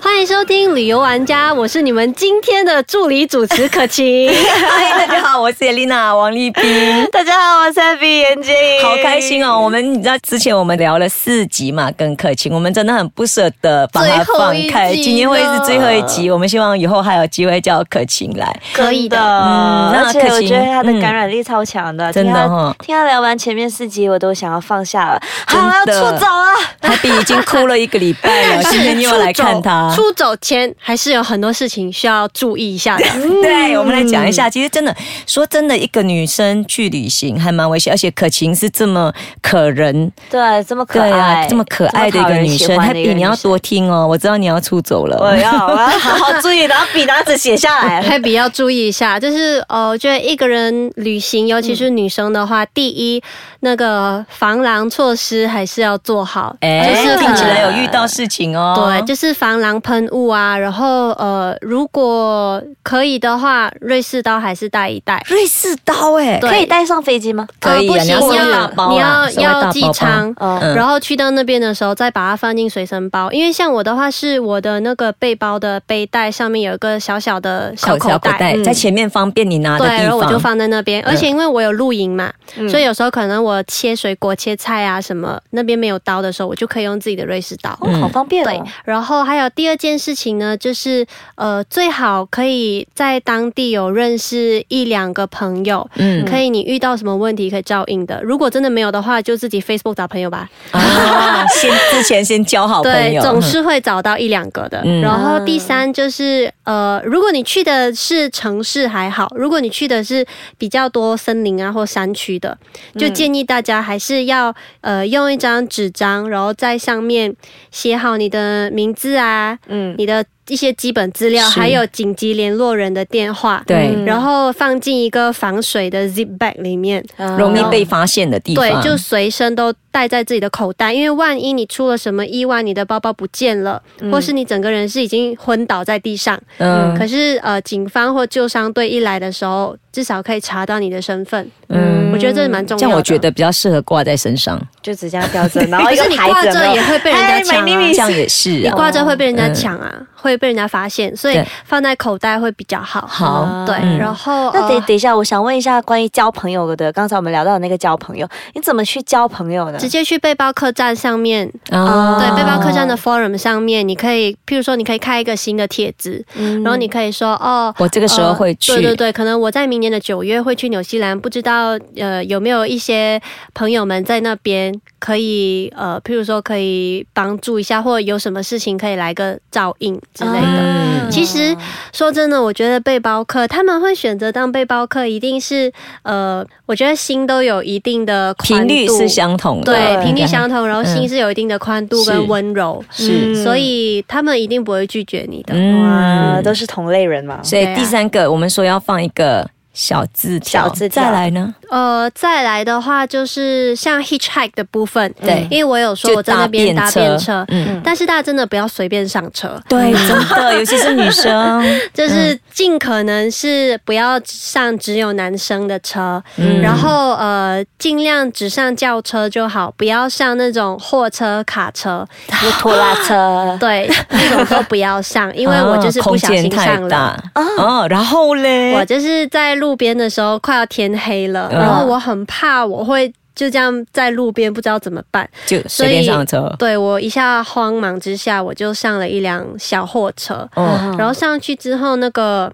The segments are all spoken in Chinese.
欢迎收听《旅游玩家》，我是你们今天的助理主持可 晴。嗨，大家好，我是 Elena 王丽斌。大家好，我是 Abby 严静，好开心哦！我们你知道之前我们聊了四集嘛，跟可晴，我们真的很不舍得把它最后放一集开。今天会是了最后一集，我们希望以后还有机会叫可晴来。可以的真嗯那而且可我行觉得他的嗯感染力超强的，真的听他哦听他聊完前面四集，我都想要放下了，好真的了，要出走了。他比已经哭了一个礼拜 了，今天又要来看他。出走前还是有很多事情需要注意一下的。对，我们来讲一下。其实真的说真的，一个女生去旅行还蛮危险，而且可晴是这么可人，对，这么可对爱，啊，这么可爱的一个女生。她 Happy，你要多听哦，我知道你要出走了。我要，我要好好注意，然后笔拿纸写下 来。还比较注意一下，就是呃，我觉得一个人旅行，尤其是女生的话，第一那个防狼措施还是要做好，哎，就是可听起能来有遇到事情哦。对，就是防狼喷雾啊，然后呃，如果可以的话，瑞士刀还是带一带。瑞士刀哎、对可以带上飞机吗？可以啊呃不行，你要送你一大要包你啦要送一大包要寄包仓，嗯嗯然后去到那边的时候再把它放进随身包。因为像我的话，是我的那个背包的背带上面有一个小小的小口口小口袋嗯袋、，在前面方便你拿的对，地方，嗯然后我就放在那边。而且因为我有露营嘛，嗯所以有时候可能我切水果、切菜啊什么，那边没有刀的时候，我就可以用自己的瑞士刀。嗯哦，好方便对哦。，然后还有第二件事情呢，就是呃，最好可以在当地有认识一两个朋友，嗯可以你遇到什么问题可以照应的。如果真的没有的话，就自己 Facebook 找朋友吧，啊， 先之前先交好朋对，友，总是会找到一两个的。嗯然后第三就是呃，如果你去的是城市还好，如果你去的是比较多森林啊或山区的，嗯就建议大家还是要呃用一张纸张，然后在上面写好你的名字啊，嗯，你的一些基本资料，是还有紧急联络人的电话，对嗯然后放进一个防水的 zip bag 里面，嗯容易被发现的地对方，，就随身都带在自己的口袋，因为万一你出了什么意外，你的包包不见了，或是你整个人是已经昏倒在地上，嗯可是呃，警方或救伤队一来的时候，至少可以查到你的身份，嗯，我觉得这是蛮重这要样我的。哦觉得比较适合挂在身上，就只这样标 准，然后可一个是你牌挂子有没着有也会被人家哎抢、 ，my 啊 name。这样也是你啊。挂着会被人家嗯抢啊，会被人家发现，所以对放在口袋会比较好。好，对，嗯然后那呃等等一下，我想问一下关于交朋友的，刚才我们聊到的那个交朋友，你怎么去交朋友呢？直接去背包客栈上面，啊对，背包客栈的 forum 上面，你可以，譬如说，你可以开一个新的帖子，嗯然后你可以说，哦。我这个时候呃会去，对对对，可能我在明年的九月会去纽西兰，不知道呃有没有一些朋友们在那边可以呃，譬如说可以帮助一下，或有什么事情可以来个照应之类的。嗯其实说真的，我觉得背包客他们会选择当背包客，一定是呃，我觉得心都有一定的宽频度率是相同的，对频率嗯相同，然后心是有一定的宽度是跟温柔，是，嗯所以他们一定不会拒绝你的。哇，嗯，都是同类人嘛。所以对啊第三个我们说要放一个小字条，小字条再来呢，呃，再来的话就是像 hitchhike 的部分，对因为我有说我在那边搭便车。嗯，但是大家真的不要随便上车， 对，真的，尤其是女生，就是尽可能是不要上只有男生的车，嗯然后呃，尽量只上轿车就好，不要上那种货车、卡车，就拖拉 车对，那种都不 要上， 因为我就是不啊小空间心太上了。大哦，然后嘞，我就是在路边的时候快要天黑了，嗯然后我很怕我会就这样在路边不知道怎么办，就随便上车，对我一下慌忙之下我就上了一辆小货车，哦，然后上去之后那个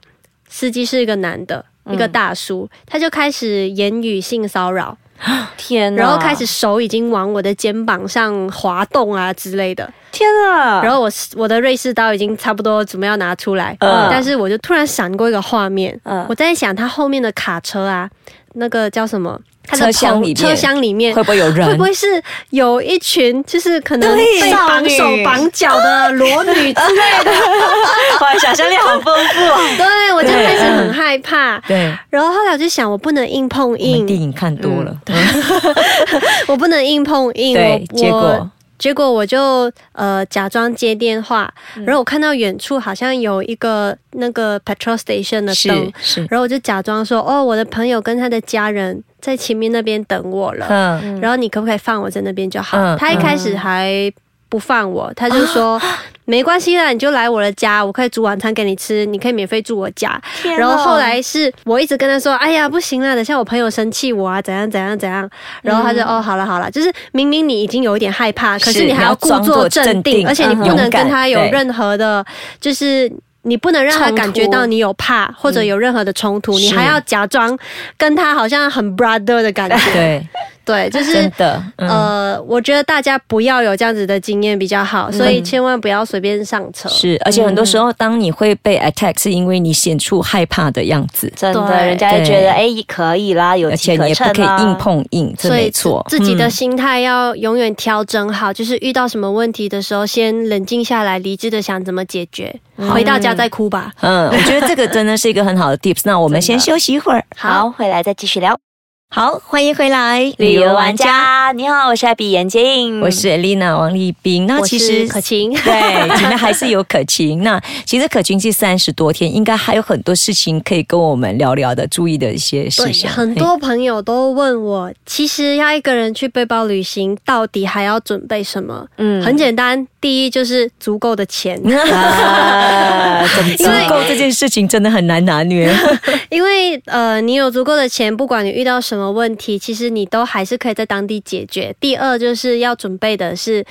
司机是一个男的。嗯一个大叔，他就开始言语性骚扰，天啊哪，然后开始手已经往我的肩膀上滑动啊之类的，天啊哪，然后我我的瑞士刀已经差不多准备要拿出来，嗯但是我就突然闪过一个画面，嗯我在想他后面的卡车啊，那个叫什么？他的车厢棚里面车厢里面会不会有会人不？ 会是有一群就是可能对被少绑女手绑脚的裸女？哇，想象力好丰富 啊！对我就开始很害怕。对，然后后来我就想，我不能硬碰我们电硬，影看多了，嗯嗯我不能硬碰硬。对，我结我果结果我就呃假装接电话，嗯然后我看到远处好像有一个那个 petrol station 的是嗯灯，是然后我就假装说哦，我的朋友跟他的家人在前面那边等我了，嗯，然后你可不可以放我在那边就好？嗯他一开始还不放我，他 就说、没关系啦，你就来我的家，我可以煮晚餐给你吃，你可以免费住我家。然后后来是我一直跟他说，哎呀不行啦，等下我朋友生气我啊，怎样怎样怎嗯样。然后他就、哦好了好了，就是明明你已经有一点害怕，可是你还你要故装作作镇镇定，定而且你嗯不能勇敢跟他有对任何的，就是。你不能让他冲突感觉到你有怕或者有任何的冲突，你嗯是还要假装跟他好像很 brother 的 感觉。对，对，就是真的，嗯，呃，我觉得大家不要有这样子的经验比较好，所以千万不要随便上车。是，而且很多时候，当你会被 attack，是因为你显出害怕的样子，真的，对人家就觉对得哎可以啦，有而且机你可也不乘可啊以硬碰硬，这所以没错，自自己的嗯心态要永远调整好，就是遇到什么问题的时候，先冷静下来，理智的想怎么解决，回到家再哭吧。嗯，我觉得这个真的是一个很好的 tips。那我们先休息一会儿，好，回来再继续聊。好，欢迎回来，旅游玩，家，你好，我是艾比眼镜，我是 Elena 王丽斌。那嗯我其是实可晴， 对，今天还是有可晴。那其实可晴是三十多天，应该还有很多事情可以跟我们聊聊的，注意的一些事对，项。很多朋友都问我，其实要一个人去背包旅行，到底还要准备什么？嗯很简单，第一就是足够的钱。嘿。啊，怎么足因为够这件事情真的很难拿捏，因为呃，你有足够的钱，不管你遇到什么问题，其实你都还是可以在当地解决。第二就是要准备的是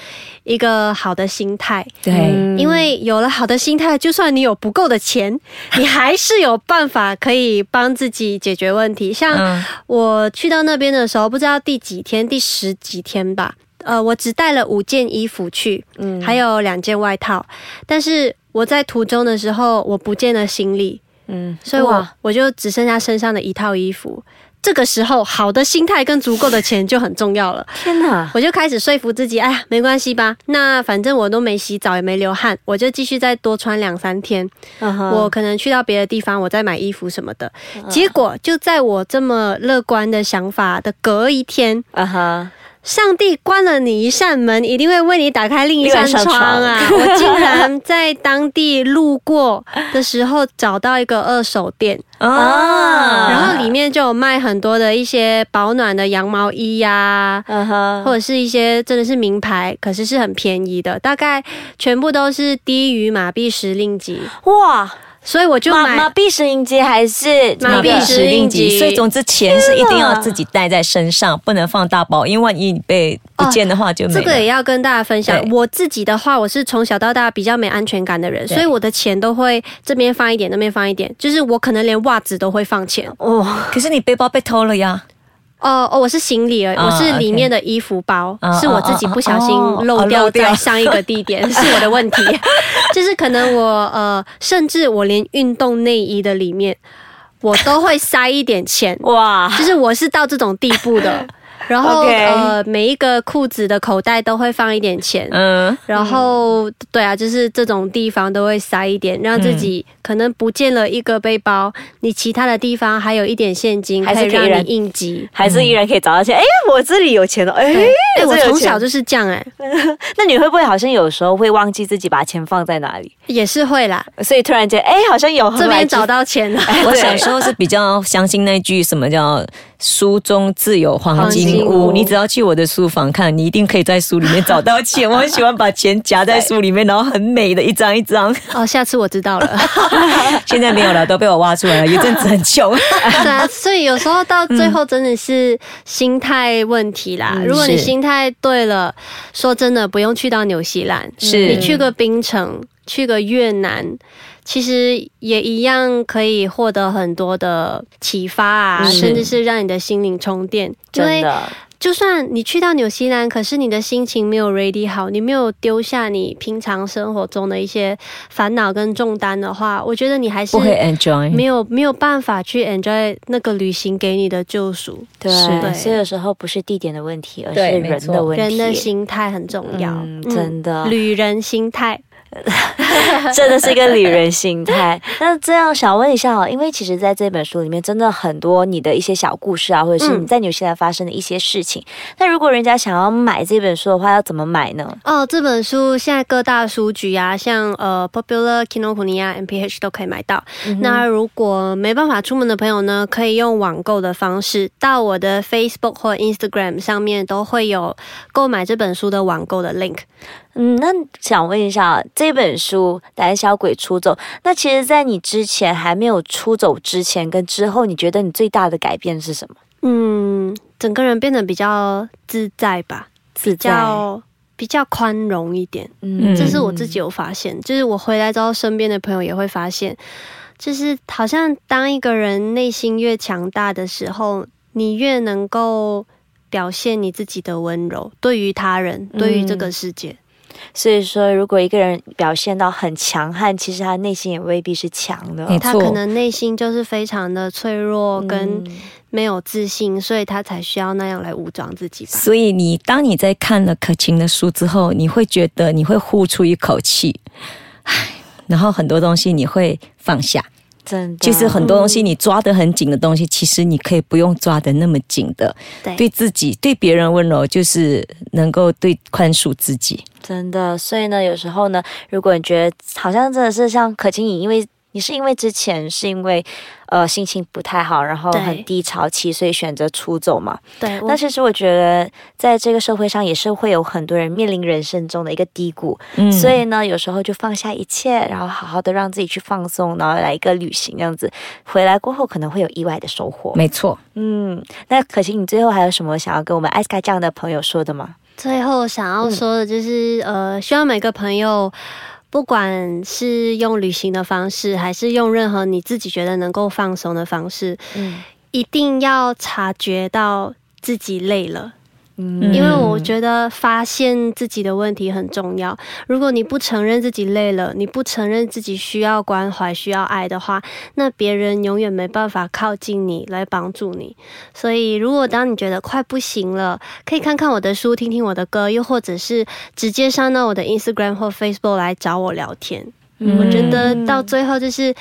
一个好的心态，对，嗯因为有了好的心态，就算你有不够的钱，你还是有办法可以帮自己解决问题。像嗯，我去到那边的时候，不知道第几天，第十几天吧。呃，我只带了五件衣服去，嗯还有两件外套。但是我在途中的时候，我不见了行李，嗯，所以我我就只剩下身上的一套衣服。这个时候，好的心态跟足够的钱就很重要 了。天哪，我就开始说服自己，哎呀，没关系吧，那反正我都没洗澡，也没流汗，我就继续再多穿两三天。我我可能去到别的地方，我再买衣服什么的。结果就在我这么乐观的想法的隔一天，啊哈，上帝关了你一扇门，一定会为你打开另一扇窗啊！我竟然在当地路过的时候找到一个二手店，嗯啊，然后里面就有卖很多的一些保暖的羊毛衣呀、啊嗯哈，或者是一些真的是名牌，可是是很便宜的，大概全部都是低于马币时令吉，嗯哇，所以我就马买马币石英机还是马币石令吉所以总之钱是一定要自己带在身上，不能放大包，因为万一你被不见的话就没哦这了。个也要跟大家分享。对我自己的话，我是从小到大比较没安全感的人，对所以我的钱都会这边放一点，那边放一点，就是我可能连袜子都会放钱。哦，可是你背包被偷了呀，哦哦，我是行李而已，啊我是里面的衣服包啊，是我自己不小心啊啊啊漏啊掉漏掉在上一个 地点，是我的问题。就是可能我呃，甚至我连运动内衣的里面，我都会塞一点 钱，哇，就是我是到这种地步的。然后 OK 呃，每一个裤子的口袋都会放一点钱，嗯，然后对啊，就是这种地方都会塞一点，让自己嗯可能不见了一个背包，你其他的地方还有一点现金，还是可以可以让让你应急。嗯还是依然可以找到钱。哎，我这里有钱了，哎，哎，这我里有从钱小就是这样哎、那你会不会好像有时候会忘记自己把钱放在哪里？也是会啦，所以突然间，哎，好像有这边找到钱 了。我对小时候是比较相信那句什么叫“书中自有黄金黄金屋屋”，你只要去我的书房看，你一定可以在书里面找到钱。我很喜欢把钱夹在书里面，然后很美的一张一张。哦，下次我知道了。现在没有了，都被我挖出来了。有一阵子很穷，对啊，所以有时候到嗯最后真的是心态问题啦。嗯如果你是心态对了，说真的，不用去到纽西兰，是你去个槟城，去个越南，其实也一样可以获得很多的启发啊，是甚至是让你的心灵充电。因真为的，就算你去到纽西兰，可是你的心情没有 ready 好，你没有丢下你平常生活中的一些烦恼跟重担的话，我觉得你还是不会 enjoy。没有没有办法去 enjoy 那个旅行给你的救赎。对是对所以有时候不是地点的问题，而是对没人错的问题，嗯嗯人 的心态很重要，嗯真的旅人心态。真的是一个旅人心态。 那这样想问一下哦，因为其实在这本书里面，真的很多你的一些小故事啊，或者是嗯你在纽西兰发生的一些事情。那如果人家想要买这本书的话，要怎么买呢？哦，这本书现在各大书局啊，像呃 Popular、Kinokuniya、MPH 都可以买到。那如果没办法出门的朋友呢，可以用网购的方式，到我的 Facebook 或 Instagram 上面都会有购买这本书的网购的 link。嗯，那想问一下啊，这本书《胆小鬼出走》，那其实，在你之前还没有出走之前跟之后，你觉得你最大的改变是什么？嗯，整个人变得比较自在吧，自比较比较宽容一点。嗯这是我自己有发现，就是我回来之后，身边的朋友也会发现，就是好像当一个人内心越强大的时候，你越能够表现你自己的温柔，对于他人，对于这个世界。所以说，如果一个人表现到很强悍，其实他内心也未必是强的。没他错可能内心就是非常的脆弱跟嗯没有自信，所以他才需要那样来武装自己吧。所以你当你在看了可晴的书之后，你会觉得你会呼出一口气，唉，然后很多东西你会放下。真的，其实很多东西你抓得很紧的东西，其实你可以不用抓得那么紧的。对对自己、对别人温柔，就是能够对宽恕自己。真的，所以呢，有时候呢，如果你觉得好像真的是像可晴你，因为你是因为之前是因为呃心情不太好，然后对很低潮期，所以选择出走嘛。哦对，我那其实我觉得在这个社会上也是会有很多人面临人生中的一个低谷，嗯所以呢，有时候就放下一切，然后好好的让自己去放松，然后来一个旅行这样子，回来过后可能会有意外的收获。没错，嗯，那可晴，你最后还有什么想要跟我们艾斯卡这样的朋友说的吗？最后想要说的就是，呃，希望每个朋友，不管是用旅行的方式，还是用任何你自己觉得能够放松的方式，嗯一定要察觉到自己累了，嗯因为我觉得发现自己的问题很重要。如果你不承认自己累了，你不承认自己需要关怀、需要爱的话，那别人永远没办法靠近你来帮助你。所以，如果当你觉得快不行了，可以看看我的书、听听我的歌，又或者是直接上到我的 Instagram 或 Facebook 来找我聊天。嗯我觉得到最后就是。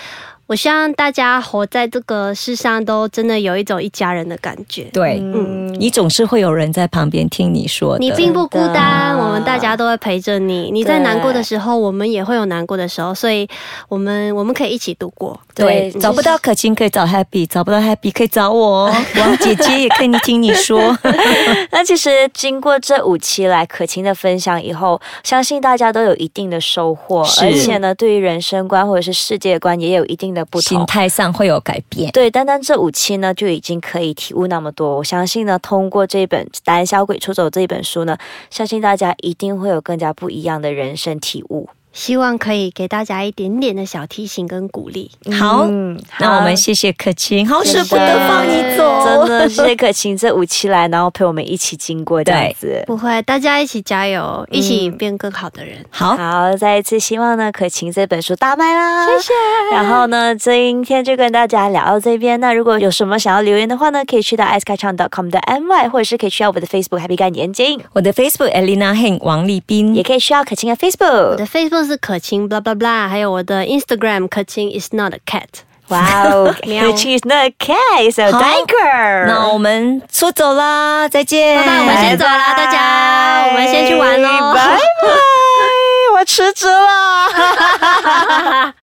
我希望大家活在这个世上，都真的有一种一家人的感觉。对，嗯你总是会有人在旁边听你说的。你并不孤单，真的我们大家都会陪着你。你在难过的时候，我们也会有难过的时候，所以我们我们可以一起度过。对，对找不到可晴可以找 Happy，找不到 Happy 可以找我哦，王姐姐也可以听你说。 那其实经过这五期来可晴的分享以后，相信大家都有一定的收获，是而且呢，对于人生观或者是世界观也有一定的不心同。态上会有改变。对，单单这五期呢，就已经可以体悟那么多。我相信呢，通过这一本《胆小鬼出走》这一本书呢，相信大家一定会有更加不一样的人生体悟。希望可以给大家一点点的小提醒跟鼓励。好，嗯，那我们好谢谢可晴，好谢舍不得放你真走。的谢谢可晴这五期来，然后陪我们一起经过这样对子。不会，大家一起加油，一起变更好的人。好，好，再一次希望呢，可晴这本书大卖啦！谢谢。然后呢，今天就跟大家聊到这边。那如果有什么想要留言的话呢，可以去到 i c e k a c h a n g c o m 的 my，或者是可以去到我的 Facebook Happy 干眼睛，我的 Facebook Elena Heng 王立也斌，可以去到可嗯晴的我 Facebook 的。Facebook 是可晴 blah blah blah，还有我的 Instagram 可晴 is not a cat。哇 哦，喵可晴 is not a cat, is a 好 tiger。那我们出走啦，再见。拜拜，我们先走啦，大家，我们 先去玩喽。拜拜，我辞职了。